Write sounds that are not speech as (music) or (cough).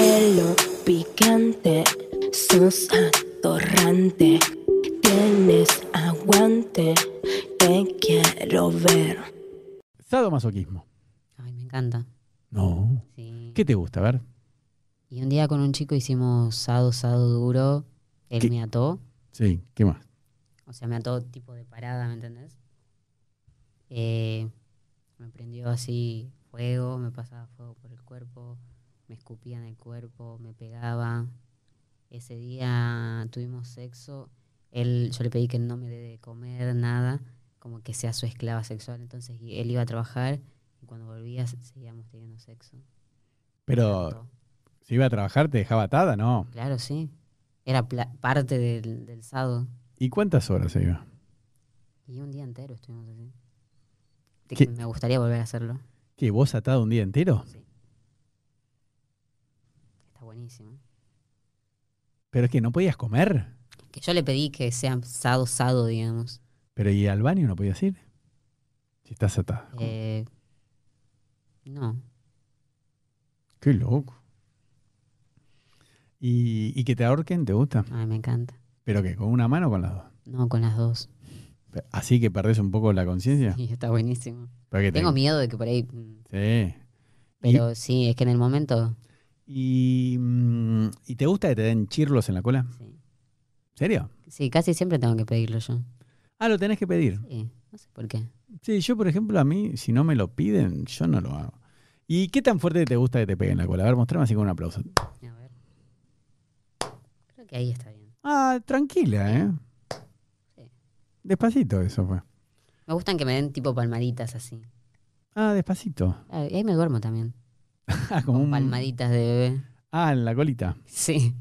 pelo picante, sos atorrante, tienes aguante, te quiero ver. Sadomasoquismo. Ay, me encanta. No. Sí. ¿Qué te gusta? A ver. Y un día con un chico hicimos sado, sado duro. Él ¿Qué? me ató. Sí, ¿qué más? O sea, me ató tipo de parada, ¿me entendés? Eh, me prendió así fuego, me pasaba fuego por el cuerpo, me escupía en el cuerpo, me pegaba. Ese día tuvimos sexo. Él, yo le pedí que no me dé de comer nada, como que sea su esclava sexual. Entonces y él iba a trabajar y cuando volvía se- seguíamos teniendo sexo. Pero, si iba a trabajar, te dejaba atada, ¿no? Claro, sí. Era pla- parte del, del sábado. ¿Y cuántas horas se iba? Y un día entero estuvimos así. Te- ¿Qué? Me gustaría volver a hacerlo. ¿Qué, vos atado un día entero? Sí. Está buenísimo. Pero es que no podías comer. Que yo le pedí que sea sado, sado, digamos. Pero ¿y al baño no podías ir? Si estás atada. Eh, no. Qué loco. ¿Y, y que te ahorquen te gusta? Ay, me encanta. ¿Pero qué? ¿Con una mano o con las dos? No, con las dos. (laughs) Pe- ¿Así que perdés un poco la conciencia? Y está buenísimo. ¿Para qué te- Tengo miedo de que por ahí... mm, Sí. Y- Pero sí, es que en el momento... Y, mm, ¿y te gusta que te den chirlos en la cola? Sí. ¿Serio? Sí, casi siempre tengo que pedirlo yo. Ah, lo tenés que pedir. Sí, no sé por qué. Sí, yo por ejemplo, a mí, si no me lo piden, yo no lo hago. ¿Y qué tan fuerte te gusta que te peguen la cola? A ver, mostrame así con un aplauso. A ver. Creo que ahí está bien. Ah, tranquila, ¿eh? Sí. Despacito eso fue. Me gustan que me den tipo palmaditas así. Ah, despacito. (laughs) Ah, y ahí me duermo también. Ah, como un... Palmaditas de bebé. Ah, en la colita. Sí.